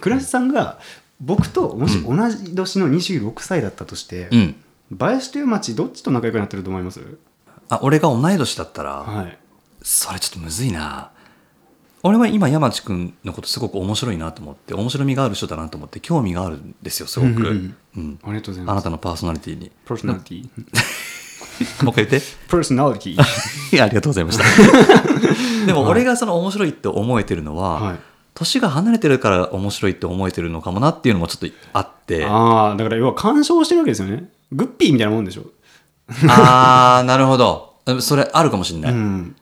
倉橋さんが僕ともし同じ年の26歳だったとして、うん。林という町どっちと仲良くなってると思いますあ、俺が同い年だったら、はいそれちょっとむずいな俺は今山地君のことすごく面白いなと思って面白みがある人だなと思って興味があるんですよすごく、うんうんうんありがとうございあまなすたのパーソナリティにパーソナリティもう一回言っパーソナリティていやありがとうございました でもはい俺がその面白いって思えてるのは、はい年が離れてるから面白いって思えてるのかもなっていうのもちょっとあってあああだから要は干渉してるわけですよねグッピーみたいなもんでしょあーなるほどそれあるかもしれなうい、ん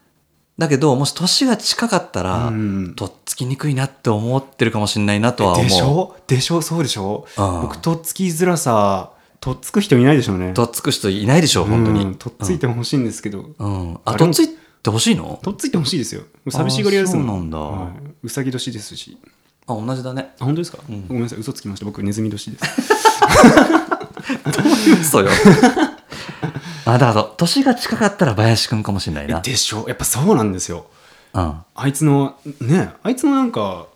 だけどもし年が近かったら、うんとっつきにくいなって思ってるかもしれないなとは思うでしょでしょそうでしょうん僕とっつきづらさとっつく人いないでしょうねとっつく人いないでしょ、本当うんに。とっついてほしいんですけど、うん。うんああ、れとっもついてほしいのとっついてほしいですよ寂しいがり屋ですもあそうなんだいうさぎ年ですしあ、同じだね。 あ本当ですか、んごめんなさい嘘つきました僕ネズミ年ですそうよ。 あ、だから、年が近かったら林くんかもしれないな。でしょやっぱそうなんですようん。あいつのねあいつのなんか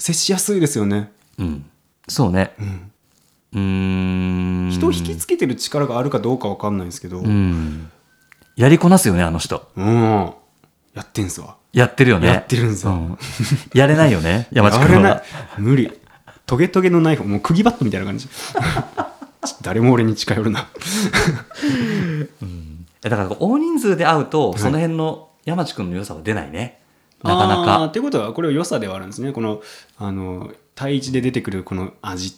接しやすいですよね、うん。そうね。うん、うーん。人を引きつけてる力があるかどうかわかんないんですけどう、うんん。やりこなすよね、あの人。やってんすわやってるよね。やってるんですようん やれないよね、山地あ君は。れない無理トゲトゲのナイフもう釘バットみたいな感じ 誰も俺に近寄るなえだから、大人数で会うと、いその辺の山地君の良さは出ないね。なかなあーか。ということはこれは良さではあるんですねこのあの対一で出てくるこの味い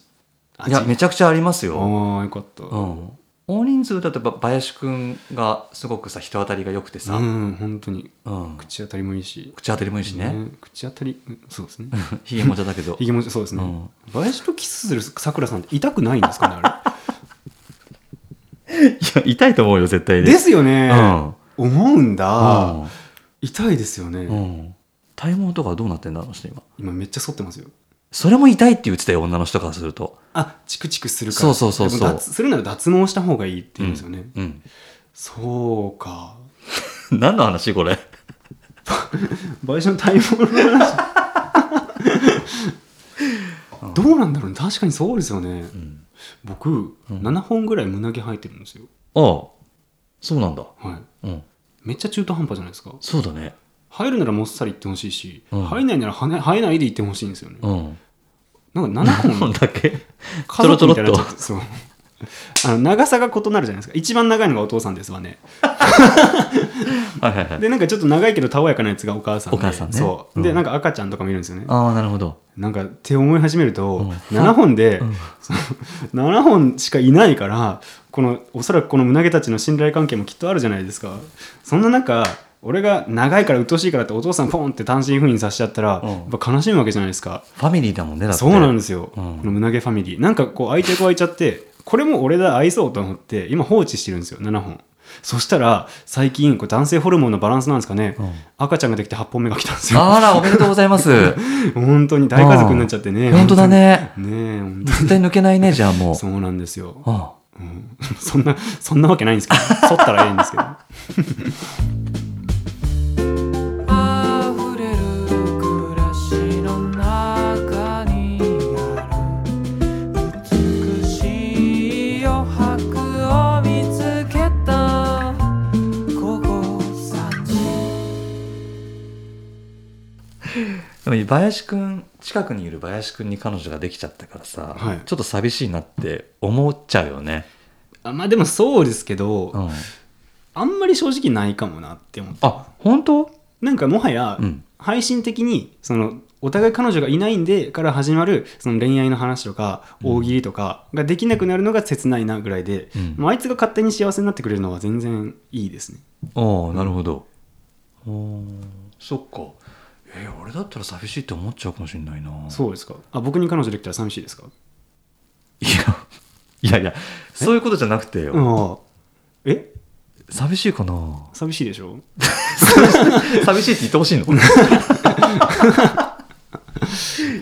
味や、めちゃくちゃありますよ。ああよかったう、うん大人数だとやっぱ林くんがすごくさ人当たりが良くてさ、ん、本当にうん口口当たりもいいし当たりもいいしね、ね口当たりうんそうですね ひげもじゃだけどひげもそうですね、うん林とキスするさくらさんって痛くないんですかねあいや痛いと思うよ絶対 れにですよね、うん思うんだ、あ痛いですよね、うん体毛とかどうなってんだあの人今今めっちゃ反ってますよそれも痛いって言ってたよ女の人からするとあチクチクするからそうそうそうそうでも脱するなら脱毛した方がいいって言うんですよね、うんそうか 何の話これ林の体毛の話どうなんだろうね確かにそうですよね、ん僕、7本ぐらい胸毛生えてるんですよああそうなんだはいうんめっちゃ中途半端じゃないですかそうだね生えるならもっさりいってほしいし、うん生えないならはね生えないでいってほしいんですよね、うんなんか7本 だけ家族みたいになっちゃってそう あの長さが異なるじゃないですか一番長いのがお父さんですわねはいはいはいでなんかちょっと長いけどたわやかなやつがお母さんでお母さんねそううでんなんか赤ちゃんとかもいるんですよね、ああなるほどなんかって思い始めると、うん7本で、 うんその7本しかいないからこのおそらくこの胸毛たちの信頼関係もきっとあるじゃないですかそんな中俺が長いから鬱陶しいからってお父さんポンって単身赴任させちゃったら、うんやっぱ悲しむわけじゃないですかファミリーだもんねだってそうなんですよ、うんこの胸毛ファミリーなんかこう愛着湧いちゃってこれも俺だ愛そうと思って今放置してるんですよ7本そしたら最近これ男性ホルモンのバランスなんですかね、うん赤ちゃんができて8本目が来たんですよあらおめでとうございます 本当に大家族になっちゃってね本当だね本当にねえ本当絶対抜けないねじゃあ もうそうなんですよ。あうん、そんな、そんなわけないんですけど、剃ったらええんですけ ど。あふれる暮らしの中にある美しい余白を見つけたここさあでも林くん近くにいる林くんに彼女ができちゃったからさ、はいちょっと寂しいなって思っちゃうよね、あまあでもそうですけど、うん、あんまり正直ないかもなって思って。あ本当なんかもはやうん、配信的に、その、お互い彼女がいないんでから始まるその恋愛の話とか大喜利とかができなくなるのが切ないなぐらいで、うんもうあいつが勝手に幸せになってくれるのは全然いいですね。ああなるほど、おーそっかえー俺だったら寂しいって思っちゃうかもしれないなそうですか。あ僕に彼女できたら寂しいですかいやいやいやそういうことじゃなくてよ、ああえ寂しい かな寂しいでしょ寂しいって言ってほ しいの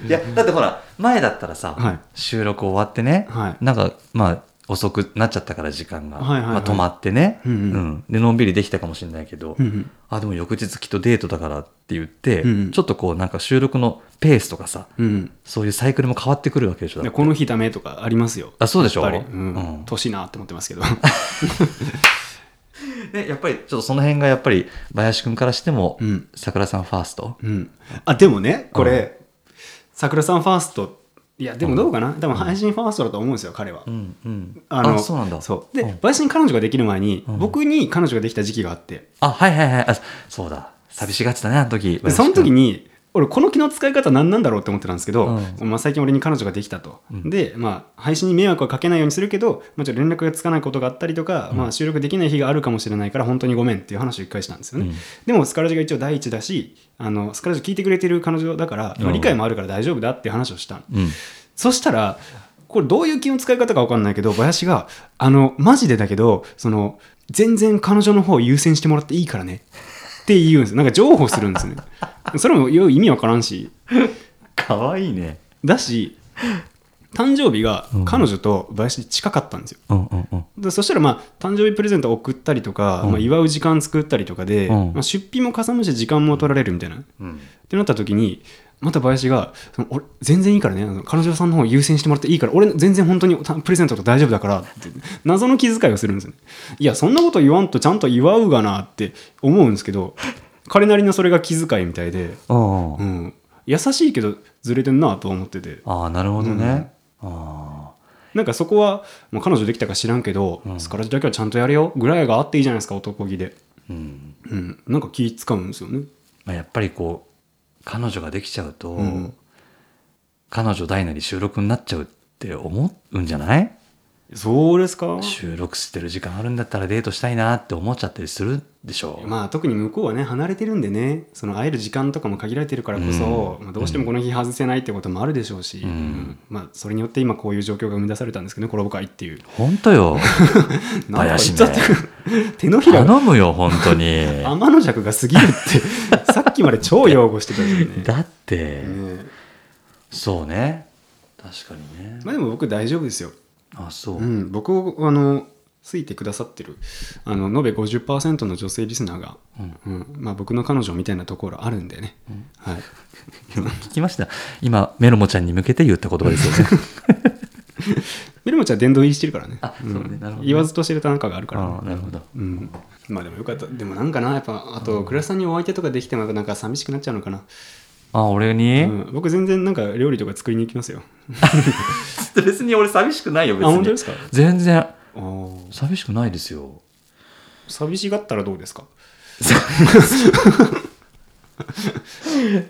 いやだってほら前だったらさ、はい収録終わってね、はいなんかまあ遅くなっちゃったから時間が、はいはいはいまあ、止まってね、うんうんでのんびりできたかもしれないけど、うんうんあでも翌日きっとデートだからって言って、うんうんちょっとこうなんか収録のペースとかさうんそういうサイクルも変わってくるわけでしょだでってこの日ダメとかありますよあそうでしょやっぱりううんん年、なって思ってます けどでやっぱりちょっとその辺がやっぱり林くんからしても、うん桜さんファーストうんあでもねこれさくらさんファーストいやでもどうかな、多分配信ファーストだと思うんですよ彼は、うんうんあのそうなんだそうで、ん陪審に彼女ができる前に、うん僕に彼女ができた時期があってあはいはいはいあそうだ寂しがってたねあの時でその時にに俺この機能使い方何なんだろうって思ってたんですけど、うまあ、最近俺に彼女ができたと、うんで、まあ、配信に迷惑はかけないようにするけど、まあ、ちょっと連絡がつかないことがあったりとか、まあ、収録できない日があるかもしれないから本当にごめんっていう話を一回したんですよね、うんでもスカラジが一応第一だしあのスカラジ聞いてくれてる彼女だから、まあうん理解もあるから大丈夫だっていう話をしたの、うんそしたら、これどういう気の使い方か分かんないけど、林が、あの、マジでだけど、その、全然彼女の方を優先してもらっていいからね。って言うんですよ。なんか譲歩するんですよね。それもよう意味わからんし。かわいいねだし、誕生日がうん彼女と林近かったんですよ。うんうんうんでそしたら、まあ、誕生日プレゼントを送ったりとか、うんまあ、祝う時間作ったりとかで、うんまあ、出費もかさむし時間も取られるみたいな。うんってなった時にまた林がその俺全然いいからねあの彼女さんの方を優先してもらっていいから俺全然本当にたプレゼントとか大丈夫だからって謎の気遣いをするんですよねいやそんなこと言わんとちゃんと祝うがなって思うんですけど彼なりのそれが気遣いみたいで、うんううんん、優しいけどずれてんなと思っててああなるほどね、あなんかそこはもう彼女できたか知らんけど、うんスカラジだけはちゃんとやれよぐらいがあっていいじゃないですか男気で、あうんうん、なんか気使うんですよねまあ、やっぱりこう彼女ができちゃうと、うん彼女大なり収録になっちゃうって思うんじゃないそうですか収録してる時間あるんだったらデートしたいなって思っちゃったりするでしょう、まあ特に向こうはね離れてるんでねその会える時間とかも限られてるからこそ、うんまあ、どうしてもこの日外せないってこともあるでしょうし、うんまあ、それによって今こういう状況が生み出されたんですけどねコラボ会っていう本当よ なんか言林っねちゃってる手のひらが頼むよ本当に 天の弱が過ぎるって さっきまで超擁護してたじゃんねだって、ねそうね確かにね、まあでも僕大丈夫ですよ、あそう、うん、僕をあの好いてくださってるあの延べ50%の女性リスナーが、うんうんまあ、僕の彼女みたいなところあるんでね、はい、今聞きました今メロモちゃんに向けて言った言葉ですよねメルモちゃん殿堂入りしてるからねあそうねんなるほど言わずと知れた仲がある から、ねああなるほどうん、まあでもよかったでもなんかなやっぱあと倉田さんにお相手とかできてもなんか寂しくなっちゃうのかな、あ俺に、うん、僕全然なんか料理とか作りに行きますよ別に俺寂しくないよ別あ本当ですか全然あー寂しくないですよ寂しがったらどうですか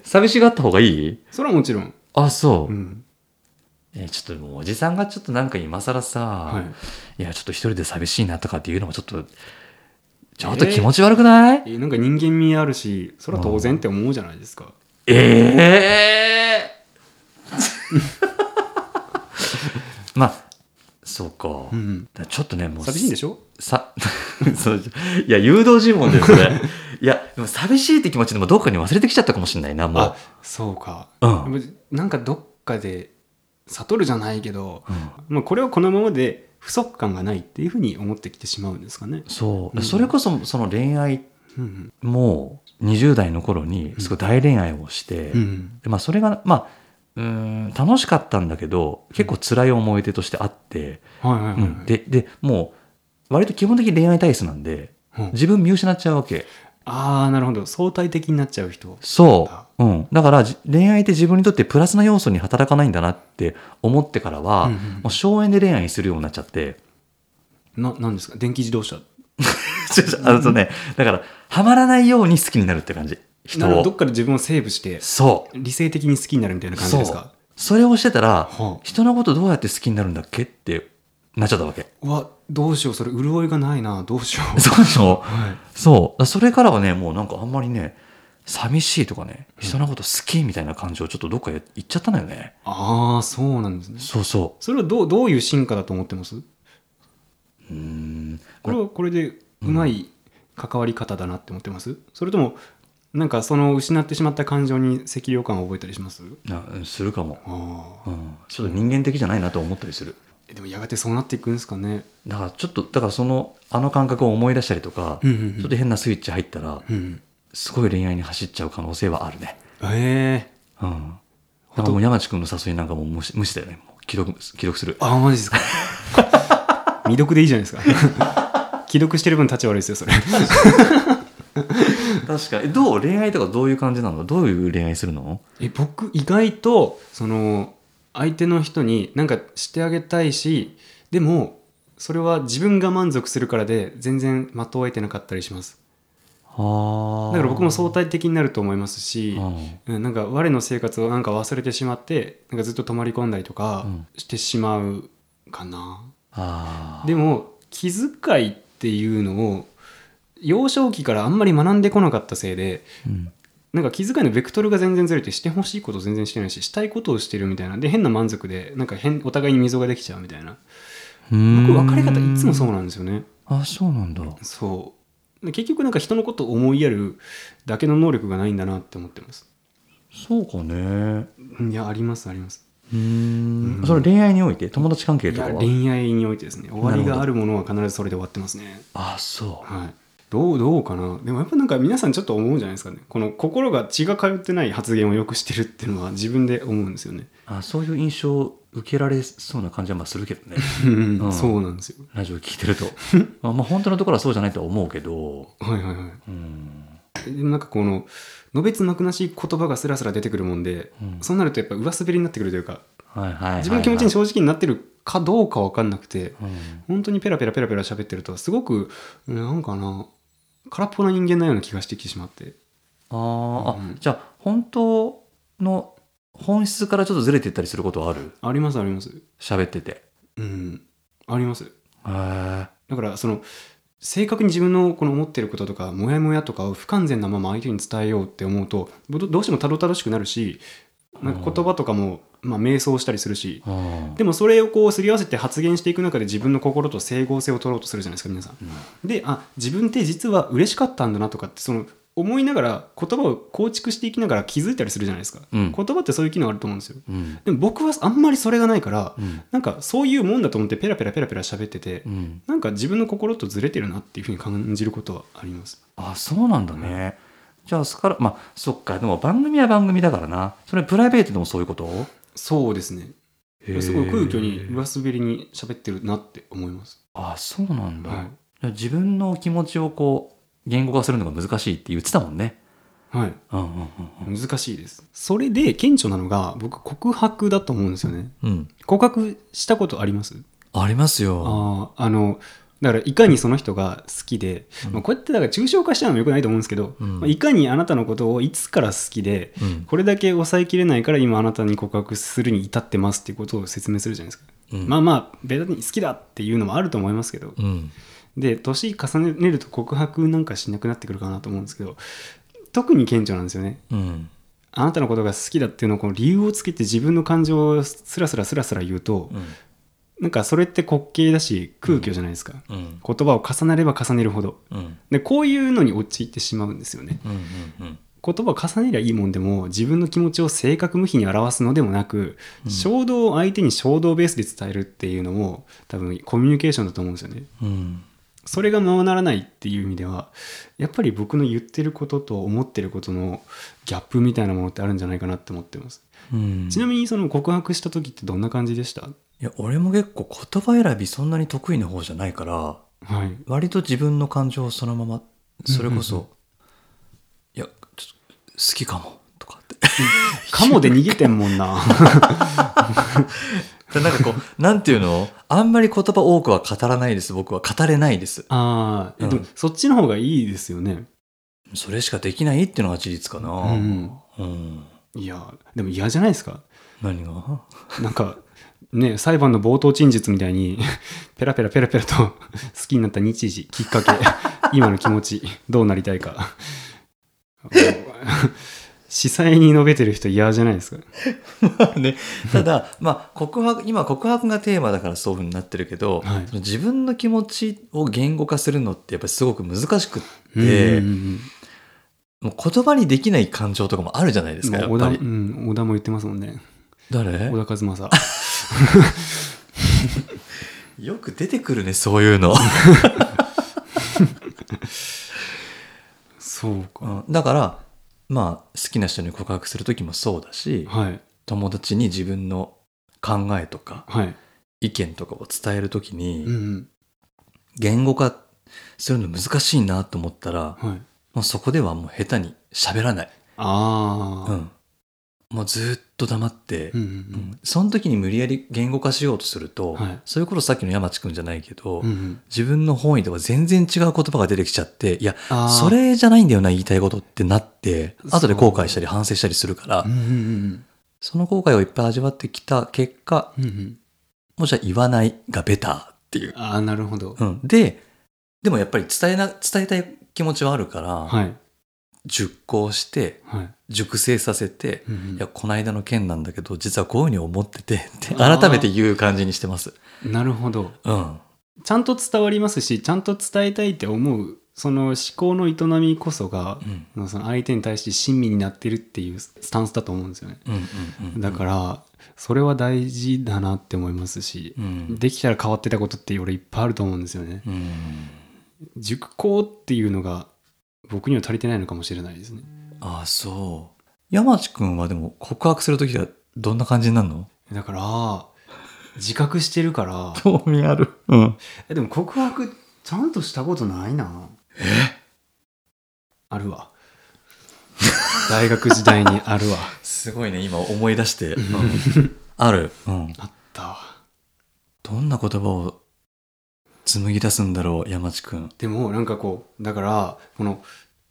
寂しがった方がいいそれはもちろん、あそう、うんえちょっともうおじさんがちょっとなんか今更さ、、はいやちょっと一人で寂しいなとかっていうのもちょっとちょっえとー気持ち悪くないい、なんか人間味あるしそれは当然って思うじゃないですかええ ーまあそうか,、うんだからちょっとねもう寂しいんでしょさ そういや誘導尋問ですねいやでも寂しいって気持ちでもどっかに忘れてきちゃったかもしれないなもうあそうか、うんでもなんかどっかで悟るじゃないけど、うんまあ、これをこのままで不足感がないっていうふうに思ってきてしまうんですかね。そう、うんそれこそその恋愛うんも20代の頃にすごい大恋愛をして、うんうんでまあ、それがまあうーん楽しかったんだけど結構辛い思い出としてあって、はいはいはい、うんででもう割と基本的に恋愛体質なんでうん自分見失っちゃうわけああなるほど相対的になっちゃう人そう、うん、だからじ恋愛って自分にとってプラスな要素に働かないんだなって思ってからは、うんうんもう荘園で恋愛するようになっちゃって。 ななんですか電気自動車ちょちょあのそうね、だから、はまらないように好きになるって感じ。人なるほどどっを。かで自分をセーブしてそう。理性的に好きになるみたいな感じですかそうそれをしてたはら、あ人のことどうやって好きになるんだっけってなっちゃったわけ。うわどうしようそれ潤いがないなどうしよう そうでしょはいそう。それからはね、もうなんかあんまりね、寂しいとかね、人のこと好きみたいな感情ちょっとどっかへ行っちゃったのよね。ああそうなんですねそうそそれはどうどういう進化だと思ってますう。うーん。これはこれでうまい関わり方だなって思ってます、それともなんかその失ってしまった感情に赤涼感を覚えたりしますなうんするかも。ああうん。ちょっと人間的じゃないなと思ったりする。えでもやがてそうなっていくんですかねだからちょっとだからそのあの感覚を思い出したりとか、うんうんうんちょっと変なスイッチ入ったら、うんすごい恋愛に走っちゃう可能性はあるねええうんだからもう山地君の誘いなんかもう無視無視だよねもう既読既読するあマジですか 未読でいいじゃないですか 既読してる分立ち悪いですよそれ 確かにどう恋愛とかどういう感じなのどういう恋愛するのえ僕意外とその相手の人に何かしてあげたいしでもそれは自分が満足するからで全然的を得てなかったりしますあだかあら僕も相対対的になると思いますし、うんうんなんか我の生活をなんか忘れてしまってなんかずっと泊まり込んだりとかうんしてしまうかな、あーでも気遣いっていうのを幼少期からあんまり学んでこなかったせいでうんなんか気遣いのベクトルが全然ずれてしてほしいこと全然してないししたいことをしてるみたいなで変な満足でなんか変お互いに溝ができちゃうみたいな僕別れ方いつもそううなんですよねあそうなんだそうで結局なんか人のことを思いやるだけの能力がないんだなって思ってますそうかねいやありますありますうーんそれ恋愛において友達関係いとかやは恋愛においてですね終わりなるほがどあるものは必ずそれで終わってますねあそうはいどうどうかなでもやっぱなんか皆さんちょっと思うんじゃないですかねこの心が血が通ってない発言をよくしてるっていうのは自分で思うんですよねあそういう印象を受けられそうな感じはまあするけど ねうんうんそうなんですよラジオ聞いてるとあまあ本当のところはそうじゃないとは思うけどはいはいはいうんでもなんかこののべつ幕なしい言葉がスラスラ出てくるもんで、うんそうなるとやっぱ上滑りになってくるというかはいはいはいはい自分の気持ちに正直になってるかどうか分かんなくてうん本当にペラペラペラペラ喋ってるとすごくうんなんかな空っぽな人間なような気がしてきてしまってあーあ、うんじゃあ本当の本質からちょっとずれていったりすることはあるありますあります喋っててうんありますへえだからその正確に自分のこの思ってることとかモヤモヤとかを不完全なまま相手に伝えようって思うとどどうしてもたどたどしくなるしなんか言葉とかもまあ迷走したりするしうんでもそれをこうすり合わせて発言していく中で自分の心と整合性を取ろうとするじゃないですか皆さん。であ自分って実は嬉しかったんだなとかってその思いながら言葉を構築していきながら気づいたりするじゃないですか、うん言葉ってそういう機能あると思うんですよ。うんでも僕はあんまりそれがないから、うんなんかそういうもんだと思ってペラペラペラペラ喋ってて、うんなんか自分の心とずれてるなっていうふうに感じることはあります。あそうなんだね、じゃあそっからまあそっかでも番組は番組だからなそれプライベートでもそういうことそうですね。すごい空虚に上滑りに喋ってるなって思います。あそうなんだ、はいじゃあ自分の気持ちをこう言語化するのが難しいって言ってたもんねはい。うんうん難しいです。それで顕著なのが僕告白だと思うんですよね。うんうん告白したことありますありますよあああのだからいかにその人が好きで、まあ、こうやってだから抽象化しちゃうのもよくないと思うんですけど、うんまあ、いかにあなたのことをいつから好きでうんこれだけ抑えきれないから今あなたに告白するに至ってますっていうことを説明するじゃないですか、うんまあまあベタに好きだっていうのもあると思いますけど、うんで年重ねると告白なんかしなくなってくるかなと思うんですけど特に顕著なんですよねうんあなたのことが好きだっていうのをこの理由をつけて自分の感情をスラスラスラスラ言うと、うんなんかそれって滑稽だし空虚じゃないですか、うん言葉を重ねれば重ねるほどうんでこういうのに陥ってしまうんですよねうんうん言葉を重ねりゃいいもんでも自分の気持ちを正確無比に表すのでもなく、衝動を相手に衝動ベースで伝えるっていうのも多分コミュニケーションだと思うんですよねうんそれがままならないっていう意味ではやっぱり僕の言ってることと思ってることのギャップみたいなものってあるんじゃないかなって思ってます、うんちなみにその告白した時ってどんな感じでしたいや俺も結構言葉選びそんなに得意な方じゃないからはい割と自分の感情をそのままそれこそ「いやちょっと好きかも」とかってカモで逃げてんもん なでなんかこうなんていうのあんまり言葉多くは語らないです僕は語れないですああ、でもうんそっちの方がいいですよね。それしかできないっていうのが事実かなううん、ん、いや、でも嫌じゃないですか。何がなんか、ね、裁判の冒頭陳述みたいに、 ペラペラペラペラと 好きになった日時、きっ かけ、今の気持ち、どうなりたいか。 司祭に述べてる人嫌じゃないですか。 ね、ただ、まあ、告白今告白がテーマだからそういうふうになってるけど、はいその自分の気持ちを言語化するのってやっぱりすごく難しくっうんて、うんうんもう言葉にできない感情とかもあるじゃないですかやもう小っ田ぱうり ん、小田も言ってますもんね。誰小田和正。よく出てくるねそうい うの、そううか、ん、だからまあ好きな人に告白する時もそうだしはい友達に自分の考えとかはい意見とかを伝える時に、うん言語化するの難しいなと思ったらうんはいもうそこではもう下手に喋らない、あうあん、もうずっと黙って、うんううんんその時に無理やり言語化しようとすると、はいそれこそさっきの山地君じゃないけど、うんうんうん自分の本意とは全然違う言葉が出てきちゃっていやあーそれじゃないんだよな言いたいことってなってそう後で後悔したり反省したりするからうんうんうんその後悔をいっぱい味わってきた結果うんうんもうじゃあ言わないがベターっていう、ああなるほど、うん、ででもやっぱり伝えな伝えたい気持ちはあるから、はい熟考してはい、熟成させて、うんうんいやこの間の件なんだけど実はこういうふうに思っててって改めて言う感じにしてますなるほどうんちゃんと伝わりますしちゃんと伝えたいって思うその思考の営みこそがう、んその相手に対して親身になってるっていうスタンスだと思うんですよねうんうんうんだからそれは大事だなって思いますしう、んできたら変わってたことって俺いっぱいあると思うんですよねうん熟考っていうのが僕には足りてないのかもしれないですねああそう山地君はでも告白する時はどんな感じになるのだから自覚してるから興味あるうんえでも告白ちゃんとしたことないなえある わ大学時代にあるわすごいね今思い出して、ある、うん、あったわどんな言葉を紡ぎ出すんだろう山地君でもなんかこうだからこの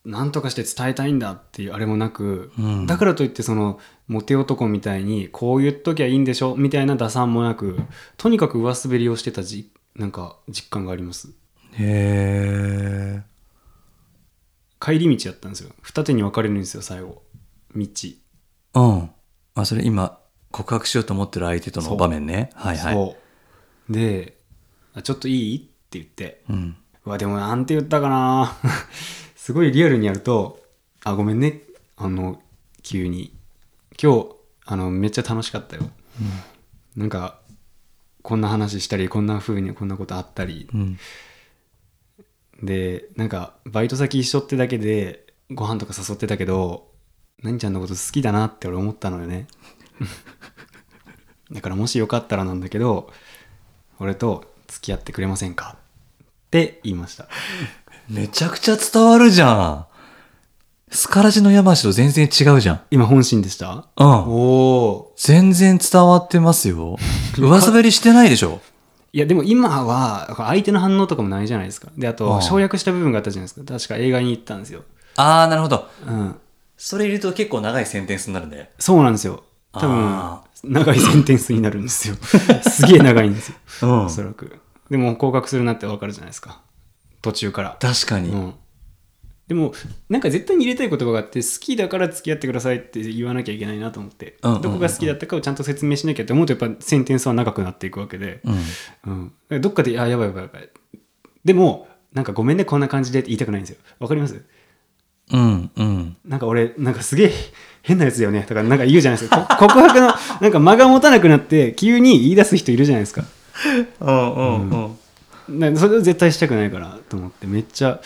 何とかして伝えたいんだっていうあれもなく、うんだからといってそのモテ男みたいにこう言っときゃいいんでしょみたいな打算もなくとにかく上滑りをしてたじなんか実感がありますへえ帰り道やったんですよ二手に分かれるんですよ最後道うんあそれ今告白しようと思ってる相手との場面ねはいはいそうであ「ちょっといい?」って言ってうん、うわでもなんて言ったかな すごいリアルにやると「あごめんねあの急に今日あのめっちゃ楽しかったよ」なんかこんな話したりこんな風にこんなことあったりうん、でなんかバイト先一緒ってだけでご飯とか誘ってたけど何ちゃんのこと好きだなって俺思ったのよねだからもしよかったらなんだけど俺と付き合ってくれませんかって言いましためちゃくちゃ伝わるじゃんスカラジの山地と全然違うじゃん今本心でしたうんおお全然伝わってます よ。上滑りしてないでしょ。いやでも今は相手の反応とかもないじゃないですかであうとん省略した部分があったじゃないですか確か映画に行ったんですよああ、なるほど。うんそれ入れると結構長いセンテンスになるね。そうなんですよ多分あ長いセンテンスになるん ですよすげえ長いんですようんおそらくでも降格するなってわかるじゃないですか途中から確かに。うんでもなんか絶対に入れたい言葉があって好きだから付き合ってくださいって言わなきゃいけないなと思って、うんうんうんどこが好きだったかをちゃんと説明しなきゃって思うとやっぱセンテンスは長くなっていくわけで、うん。うん、どっかで、あ、やばいやばいやばい。でも、なんかごめんね、こんな感じでって言いたくないんですよ。わかりますうん。うん。なんか俺、なんかすげえ変なやつだよね。とか、なんか言うじゃないですか。こ 告白の、なんか間が持たなくなって、急に言い出す人いるじゃないですか。うん。うん。うん。なそれを絶対したくないからと思って、めっちゃ、うん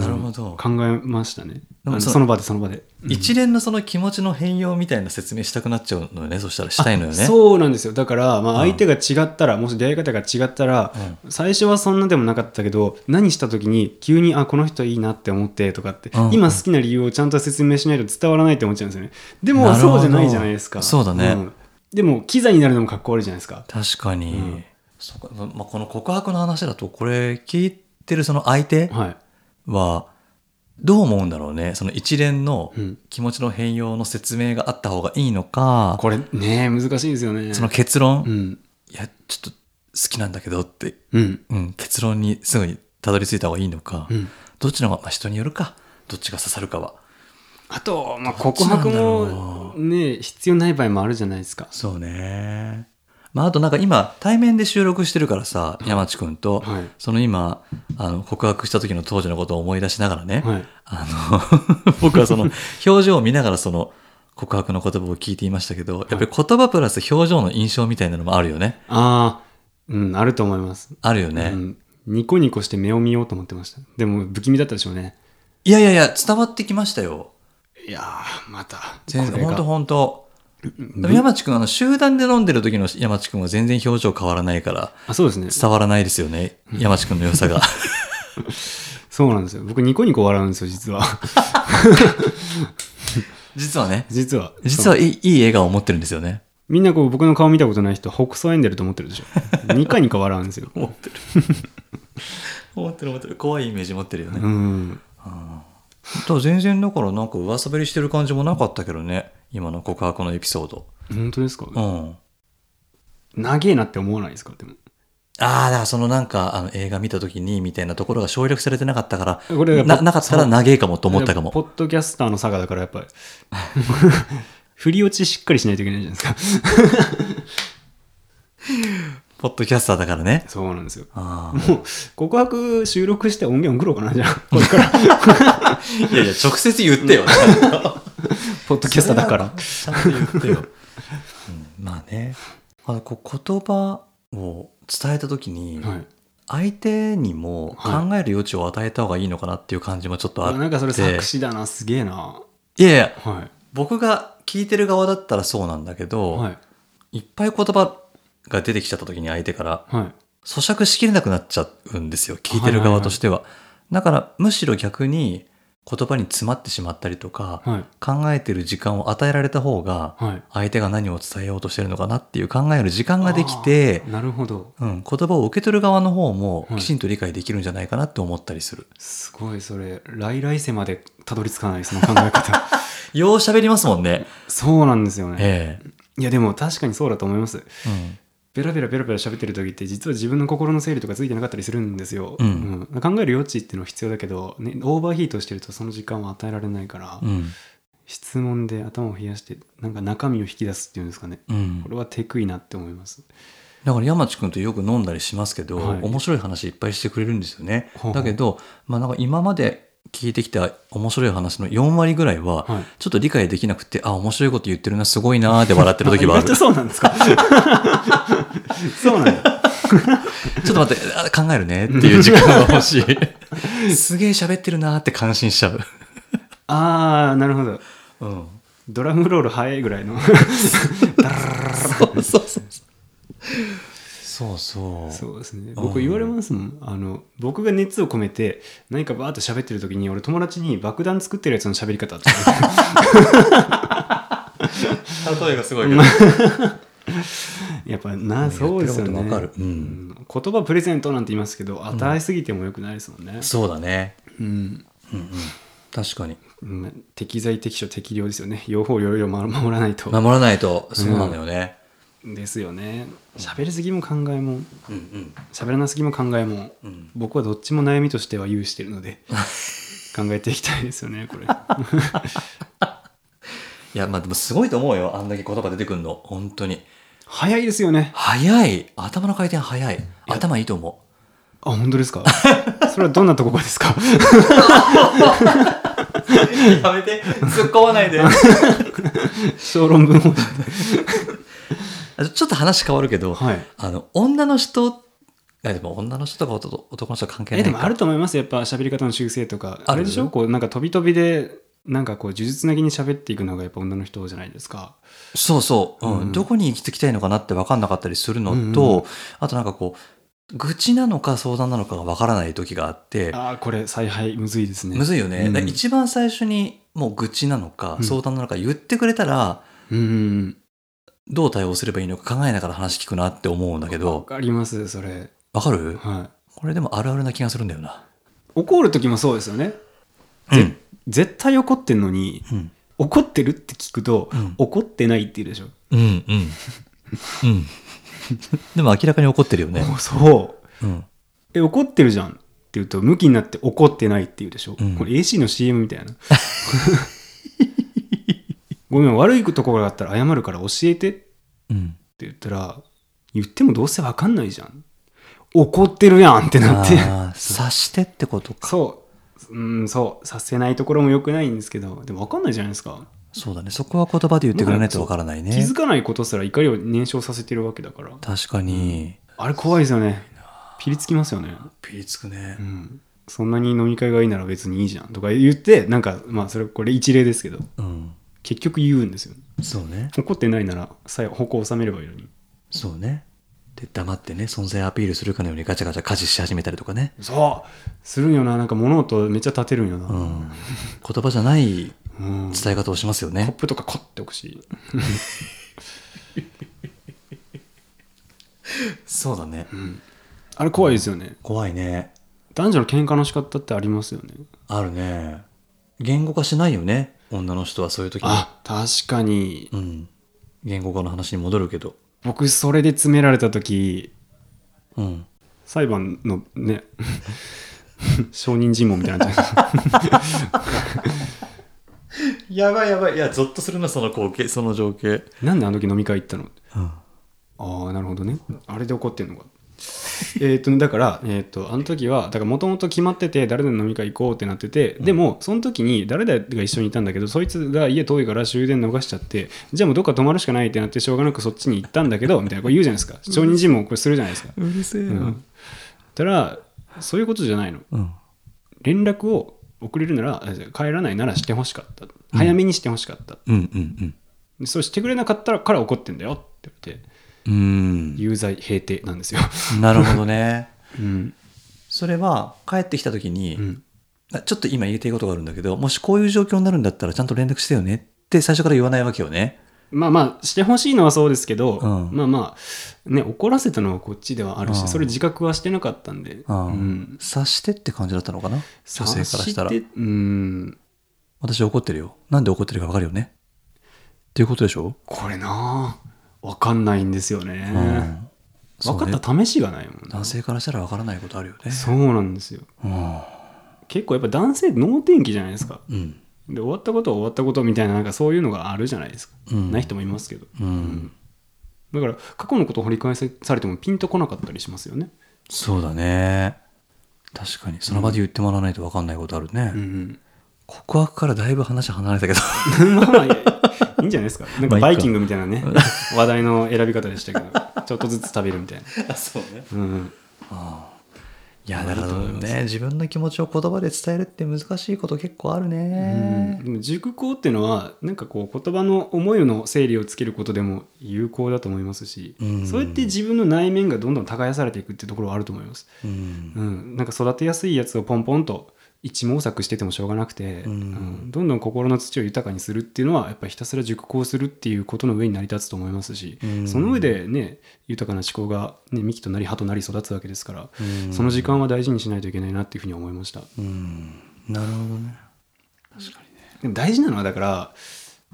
なるほど考えましたね。であものそその場で、その場で。一連のその気持ちの変容みたいな説明したくなっちゃうのよね。そしたらしたいのよね。う。そうなんですよだから、まあ、相手が違ったら、もし出会い方が違ったら、最初はそんなでもなかったけど何した時に急にあこの人いいなって思ってとかって、うん今好きな理由をちゃんと説明しないと伝わらないって思っちゃうんですよねでなもるほどそうじゃないじゃないですかそうだねんでも機材になるのもかっこ悪いじゃないですか確かに。うんそうかまあ、この告白の話だと、これ聞いてるその相手はいは、どう思うんだろうね。その一連のうん気持ちの変容の説明があった方がいいのか、これね難しいですよねその結論、うんいや、ちょっと好きなんだけどってうんうん、結論にすぐにたどり着いた方がいいのか、うんどっちの方が、まあ、人によるかどっちが刺さるかはあと、まあ、どっ告ちなん白だろうもね必要ない場合もあるじゃないですかそうねまああとなんか今対面で収録してるからさ山地君と、はいその今あの告白した時の当時のことを思い出しながらね、はいあの 僕はその表情を見ながらその告白の言葉を聞いていましたけど、やっぱり言葉プラス表情の印象みたいなのもあるよねああうん、あると思います。あるようね、ん、ニコニコして目を見ようと思ってました。でも、不気味だったでしょうね。いやいやいや伝わってきましたよいやー、また。全こ然れが本当本当でも山地君あの集団で飲んでる時の山地君は全然表情変わらないからあそうですね。伝わらないですよね山地君の良さが そうなんですよ。僕、ニコニコ笑うんですよ、実は。 実はね実は。実はいいいい笑顔を持ってるんですよねみんなこう僕の顔見たことない人は北斎エンデルと思ってるでしょ。ニカニカ笑うんです よ。持ってる持ってる持ってる怖いイメージ持ってるよね、うん。ただ全然だからなんか上滑りしてる感じもなかったけどね今の告白のエピソード本当ですか、うん長えなって思わないですかでも。ああ、だからそのなんか、あの映画見た時にみたいなところが省略されてなかったから、これがなポッなかったら長えかもと思ったかポも。ッドキャスターの差がだからやっぱり。 振り落ちしっかりしないといけないじゃないですか。 ポッドキャスターだからね。そうなんですよ。あもう告白収録して音源送ろうかなじゃ あ。これから。あ。いやいや、直接言ってよ。ポッドキャスターだから。ちゃんと言ってよ。うんまあね。あのこう言葉を伝えた時に、はい。相手にも考える余地を与えた方がいいのかなっていう感じもちょっとあって。なんかそれ作詞だな。すげえな。いやいや、は僕が聞いてる側だったらそうなんだけい。ど、はい。い、っぱい言葉が出てきちゃった時に相手から、はい。咀嚼しきれなくなっちゃうんですよ聞いてる側としては,、だからむしろ逆に言葉に詰まってしまったりとか、はい。考えてる時間を与えられた方がはい。相手が何を伝えようとしてるのかなっていう考える時間ができてあー、なるほど。うん、言葉を受け取る側の方もはいきちんと理解できるんじゃないかなって思ったりする、すごいそれ来来世までたどり着かないその考え 方よう喋りますもんねそうなんですよねえいやでも確かにそうだと思いますえうんペラペラペラペラ喋ってる時って実は自分の心の整理とかついてなかったりするんですよ、うんうん考える余地っていうのは必要だけど、ね、オーバーヒートしてるとその時間は与えられないから、うん質問で頭を冷やしてなんか中身を引き出すっていうんですかねうんこれはテクいなって思いますだから山地君とよく飲んだりしますけど、はい面白い話いっぱいしてくれるんですよねほうほ。うだけど、まあ、なんか今まで聞いてきた面白い話の4割ぐらいは、はいちょっと理解できなくて、あ、面白いこと言ってるな、すごいなーって笑ってる時はある。意 ち外ょとそうなっんですかそうなん だと待って、あ考えるねっていう時間が欲し い。すげえ喋ってるなーって感心し ちゃう。ああなるほどうん。ドラムロール早いぐらいのそうそうそう。そうそう。そうですね僕言われますもんあの僕が熱を込めて何かバーッと喋ってる時に俺友達に爆弾作ってるやつの喋り方って 例えがすごいけど。やっぱなそうですよねやってることわかるうんうん言葉プレゼントなんて言いますけど与えすぎてもよくないですもんね、そうだね。うん確かに。うん適材適所適量ですよね用法用量守守らないと守らないと、そうなのよね。ですよね喋りすぎも考えもうんうん。喋らなすぎも考えも、ん僕はどっちも悩みとしては有してるの で考えていきたいですよねこれ いや、まあでもすごいと思うよ。あんだけ言葉出てくるの。本当に。早いですよね早い。頭の回転早い。頭いいと思あ本当ですか それはどんなとこがです かう。やめて。突っ込まない で。小論文をちょっと話変わるけど、はいあの、女の人、いやでも女の人とか男男の人は関係なえいかでもあると思いますよやっぱ喋り方の修正とかあるあれでしょこうなんか飛び飛びでなんかこう呪術つなぎに喋っていくのがやっぱ女の人じゃないですかそうそう、うんうんどこに行き着きたいのかなって分かんなかったりするのと、うんうあとなんかこう、愚痴なのか相談なのかが分からない時があって、ああこれ采配むずいですねむずいよね。うんだから一番最初にもう愚痴なのかうん相談なのか言ってくれたら、うんどう対応すればいいのか考えながら話聞くなって思うんだけわど、かりますそれわかるはこれでもあるあるな気がするんだよな。い怒る時もそうですよねうん。絶対怒ってんのにうん。怒ってるって聞くと、うん怒ってないって言うでしょうん。 うん。うん。でも明らかに怒ってるよね。おそううん。え怒ってるじゃんって言うと向きになって怒ってないって言うでしょ、うんこれ AC の CM みたいな ごめん悪いところがあったら謝るから教えてってうん。言ったら言ってもどうせ分かんないじゃん怒ってるやんってなってああ、察してってことか。そううんそうさせないところも良くないんですけどでも分かんないじゃないですか、そうだね。そこは言葉で言ってくれないとわからない気ねづ。かないことすら怒りを燃焼させてるわけだから確かに。あれ怖いですよねピリつきますよねピリつくねう、んそんなに飲み会がいいなら別にいいじゃんとか言ってなんかまあそれこれ一例ですけどうん、結局言うんですよそうね怒ってないならさえ矛を収めればいいのにそうねで黙ってね存在アピールするかのようにガチャガチャ家事し始めたりとかね、そうするんよななんか物音めっちゃ立てるんような、 ん、言葉じゃないうんコ伝え方をしますよッね、プとかコッて置くしそうだねあれ怖いですよね怖いね男女の喧嘩の仕方ってありますよねあるね言語化しないよね女の人はそういう時にあ確かにうん言語化の話に戻るけど僕それで詰められた時うん裁判の ね証人尋問みたい なのあったじゃないやばいやばいいやゾッとするなその光景その情景なんであの時飲み会行ったのうんああなるほどねあれで怒ってんのかえっとねだから、えー、とあの時はだからもともと決まってて誰々の飲み会行こうってなってて、でもその時に誰々が一緒にいたんだけどそいつが家遠いから終電逃しちゃってじゃあもうどっか泊まるしかないってなってしょうがなくそっちに行ったんだけどみたいなこれ言うじゃないですか証人尋問これするじゃないですか、うるせえうんたらそういうことじゃないのうん連絡を遅れるならあじゃあ帰らないならしてほしかった早めにしてほしかった、うんうんでそうしてくれなかったから怒ってんだよって言ってうん有罪平定なんですよ、うんなるほどねうんそれは帰ってきた時に、うんあちょっと今言いたいことがあるんだけどもしこういう状況になるんだったらちゃんと連絡してよねって最初から言わないわけよねまあまあしてほしいのはそうですけど、うんまあまあね怒らせたのはこっちではあるし、うんそれ自覚はしてなかったんで、ううんん、察してって感じだったのかな女性からしたら察てうん私怒ってるよなんで怒ってるかわかるよねっていうことでしょ、これなあわかんないんですよね、うんそう分ねかった試しがないもんな男性からしたらわからないことあるよねそうなんですようん結構やっぱ男性脳天気じゃないですかうんで終わったことは終わったことみたいななんかそういうのがあるじゃないですか、うんない人もいますけどうんだから過去のことを掘り返されてもピンとこなかったりしますよね、そうだね確かにその場で言ってもらわないとわかんないことあるね、うん告白からだいぶ話離れたけどうん、まあまあいいんじゃないですかなんかまあバいいかイキングみたいなね話題の選び方でしたけどち ょっとずつ食べるみたいな、 そうねうん、いやだからね自分の気持ちを言葉で伝えるって難しいこと結構あるねでも熟考っていうのはなんかこう言葉の思いの整理をつけることでも有効だと思いますし、うんそうやって自分の内面がどんどん耕されていくっていうところはあると思いますうん、うん、なんか育てやすいやつをポンポンと一毛作しててもしょうがなくて、うんうんどんどん心の土を豊かにするっていうのはやっぱひたすら熟考するっていうことの上に成り立つと思いますし、うんその上でね豊かな思考が、ね、幹となり葉となり育つわけですから、うんその時間は大事にしないといけないなっていうふうに思いましたうんなるほどねでも大事なのはだから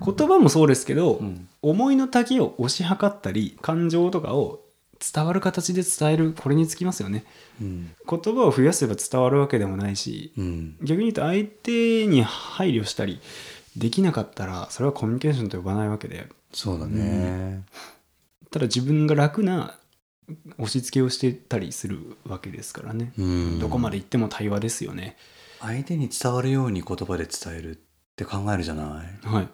言葉もそうですけど、思いの丈を推し量ったり感情とかを伝わる形で伝えるこれにつきますよねうん言葉を増やせば伝わるわけでもないし、うん逆に言うと相手に配慮したりできなかったらそれはコミュニケーションと呼ばないわけでそうだねただ自分が楽な押し付けをしてたりするわけですからね、うんどこまで行っても対話ですよね相手に伝わるように言葉で伝えるって考えるじゃないはい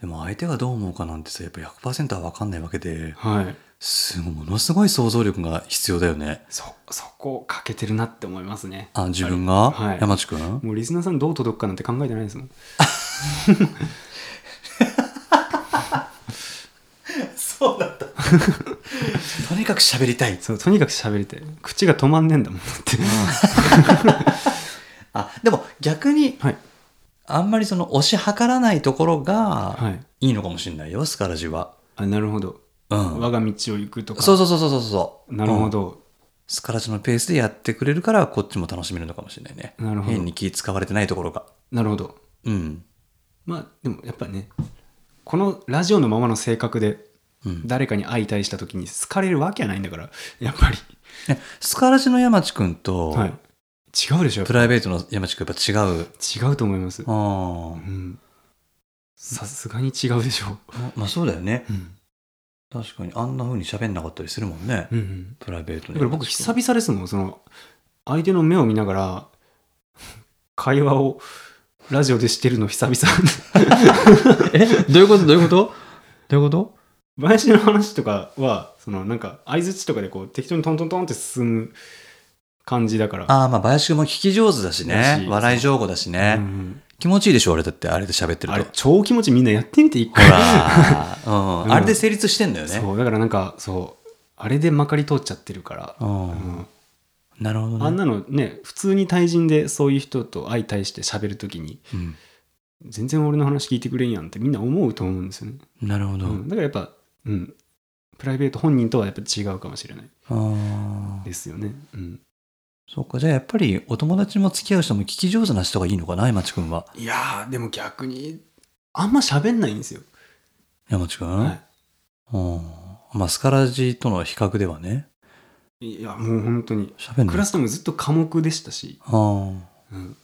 でも相手がどう思うかなんてさやっぱ100%は分かんないわけではいすごいものすごい想像力が必要だよねそそこを欠けてるなって思いますねあ自分が、はい山地君もうリスナーさんどう届くかなんて考えてないですもんそうだった とにかく喋りたいそうとにかく喋りたい口が止まんねえんだもんだって、あでも逆に はいあんまりその押し量らないところはがいいいのかもしれないよ、スカラジは。あなるほど、うん我が道を行くとかそうそうそうそうそうそう。なるほうん。ど、スカラジのペースでやってくれるから、こっちも楽しめるのかもしれないね。なるほど変に気使われてないところが。なるほどうん。まあでもやっぱねこのラジオのままの性格でうん誰かに相対した時に好かれるわけはないんだからやっぱり、ねスカラジの山地君と、はい、違うでしょやっプぱライベートの山地君やっぱ違う。違うと思います、あうん、さすがに違うでしょあ。まあそうだよね。う、うん確かに。あんな風に喋んなかったりするもんね。うんうん、プライベートのだから僕久々ですもんその相手の目を見ながら会話をラジオでしてるの久々 えどういうことどういうことどういうこと林の話とかはそのなんか相づちとかでこう適当にトントントンって進む感じだからああ、まあ、林くんも聞き上手だしだねし。笑い上手だしね。うん気持ちいいでしょ、あれだって、あれで喋ってるあと。れ超気持ちみんなやってみて一ほ回ら、 うんうんあれで成立してんだよね。そうだからなんかそうあれでまかり通っちゃってるから、うんうんなるほどあんね。なのね普通に対人でそういう人と相対して喋るときにうん全然俺の話聞いてくれんやんってみんな思うと思うんですよね、なるほど。うんだからやっぱうんプライベート本人とはやっぱ違うかもしれないああ。ですよね、うん、そうか、じゃあやっぱりお友達も付き合う人も聞き上手な人がいいのかな、山地君は。いやーでも逆にあんま喋んないんですよ、山地君、はうん。まあ、スカラジとの比較ではね。い、いやもう本当に喋んない。クラスでもずっと寡黙でしたし、あーうん、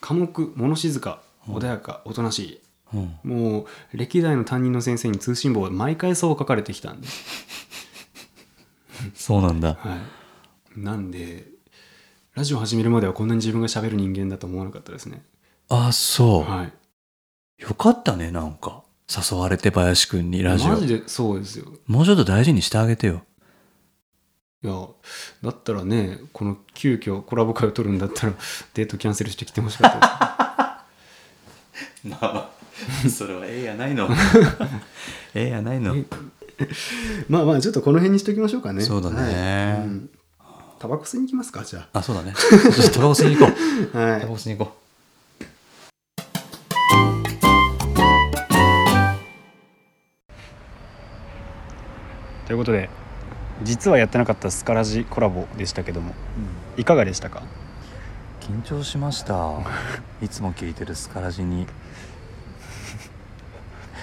寡黙物静かうん穏やかおとなしいうん。もう歴代の担任の先生に通信簿を毎回そう書かれてきたんで、そうなんだ。はい、なんでラジオ始めるまではこんなに自分が喋る人間だと思わなかったですねああ、そう。はいよかったね、なんか。誘われて林くんにラジオマ。ジでそうですよもうちょっと大事にしてあげてよ。いやだったらねこの急遽コラボ会を取るんだったら デートキャンセルしてきてほしかったですまあまあ、 それはええやない の。ええやないの。 まあまあちょっとこの辺にしときましょうかねそうだねはいうんタバコ吸いに行きますかじゃあ、そうだね。ちょっとタバコ吸いに行こう。あはタバコ吸いに行こということで実はやってなかったスカラジコラボでしたけども、いかがでしたかう。緊張しました。いつも聞いてるスカラジに。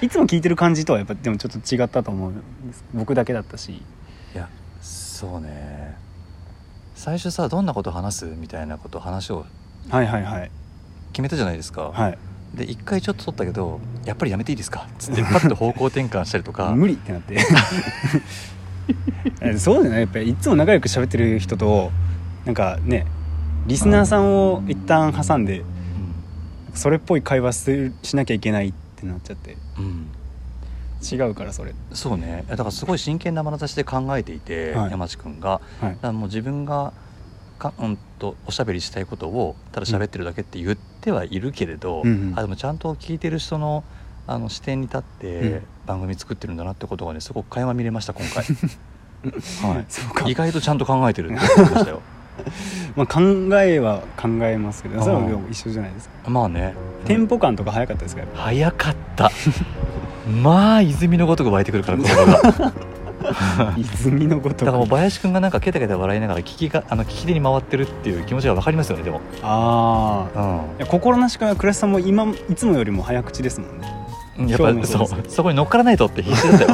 いつも聞いてる感じとはやっぱでもちょっと違ったと思うんです僕だけだったしいや、そうね。最初さ、どんなこと話すみたいなこと話をはいはいはい決めたじゃないですか。はいで、一回ちょっと撮ったけど、やっぱりやめていいですかつって、パッと方向転換したりとか。無理ってなって えそうじゃないやっぱりいつも仲良く喋ってる人となんかねリスナーさんを一旦挟んでうんそれっぽい会話するしなきゃいけないってなっちゃってうん。違うからそれそうねだからすごい真剣な眼差しで考えていて、はい山地君がはだいからもう自分がか、うん、とおしゃべりしたいことをただ喋ってるだけって言ってはいるけれど、うんうんあでもちゃんと聞いてる人のあの視点に立っうてん番組作ってるんだなってことがねすごく垣間見れました今 回、はそうかい、意外とちゃんと考えてるって思いました よまあ考えは考えますけどそれはあーでも一緒じゃないですかまあねテンポ感とか早かったですかやっぱ早かった まあ泉のごとく湧いてくるから言 葉が泉のごとだからもうく林くんがなんかケタケタ笑いながら聞きが あの聞き手に回ってるっていう気持ちがわかりますよねでも、ああう心なしか倉石さんも今いつもよりも早口ですもんねん、やっ今日ぱもそうそうそですこに乗っからないとって必死だったよ、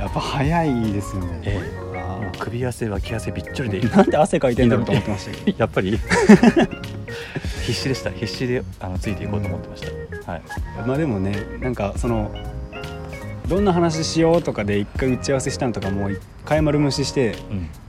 やっぱ早いですよね ええ、もう首汗脇汗びっちょりでなんで汗かいてんだろうと思ってましたけど やっぱり 必死でした必死であのついていこうと思ってました、はい、まあでもねなんかそのどんな話しようとかで一回打ち合わせしたのとかもう一回丸無視して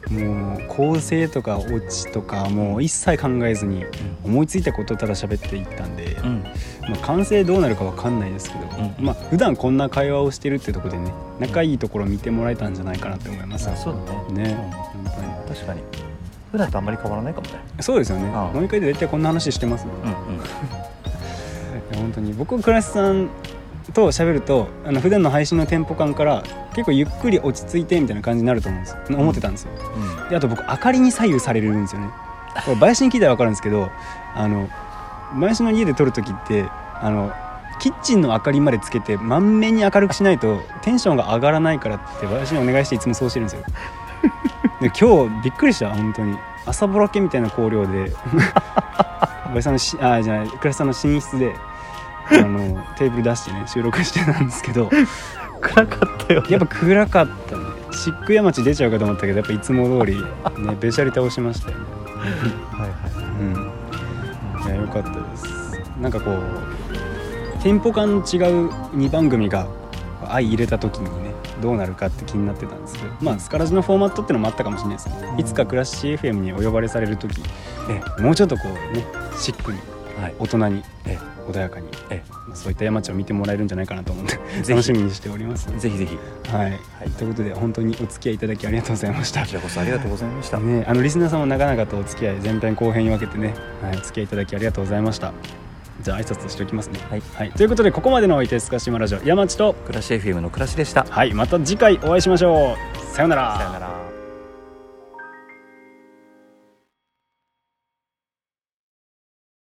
うんもう構成とかオチとかもう一切考えずに思いついたことをただ喋っていったんで、うんまあ、完成どうなるかわかんないですけど、んまあ普段こんな会話をしてるってとこでね仲いいところ見てもらえたんじゃないかなって思いますあそうだねね、う本当にん、確かに普段とあんまり変わらないかもねそうですよねああ飲み会で大体こんな話してますもんうんうんいや本当に僕倉石さんと喋るとあの普段の配信のテンポ感から結構ゆっくり落ち着いてみたいな感じになると思うんですよ思ってたんですよであと僕明かりに左右されるんですよねこれ林に聞いたら分かるんですけどあの林の家で撮る時ってあのキッチンの明かりまでつけて満面に明るくしないとテンションが上がらないからって林にお願いしていつもそうしてるんですよで今日びっくりした本当に朝ぼらけみたいな光量で 林さんのしあじゃない倉石さんの寝室であのテーブル出してね収録してたんですけど暗かったよやっぱ暗かったね漆喰町出ちゃうかと思ったけどやっぱいつも通りねべしゃり倒しましたよねはいはうんいや良かったですなんかこうテンポ感の違う2番組が相入れた時にねどうなるかって気になってたんですけどまあスカラジのフォーマットってのもあったかもしれないですねいつかクラッシュ FM にお呼ばれされる時いねもうちょっとこうねシックにはい大人にえ穏やかにえそういった山ちゃんを見てもらえるんじゃないかなと思ってひ楽しみにしております。ぜひぜひはい、いということで本当にお付き合いいただきありがとうございましたこ。ちらこそありがとうございました、ね、あのリスナーさんも長々とお付き合い前編後編に分けてね、はい、お付き合いいただきありがとうございましたじゃあ挨拶しておきますねはいということでここまでのお相手スカシマラジオ山地と暮らし FM の暮らしでしたはいまた次回お会いしましょうさようならさよなら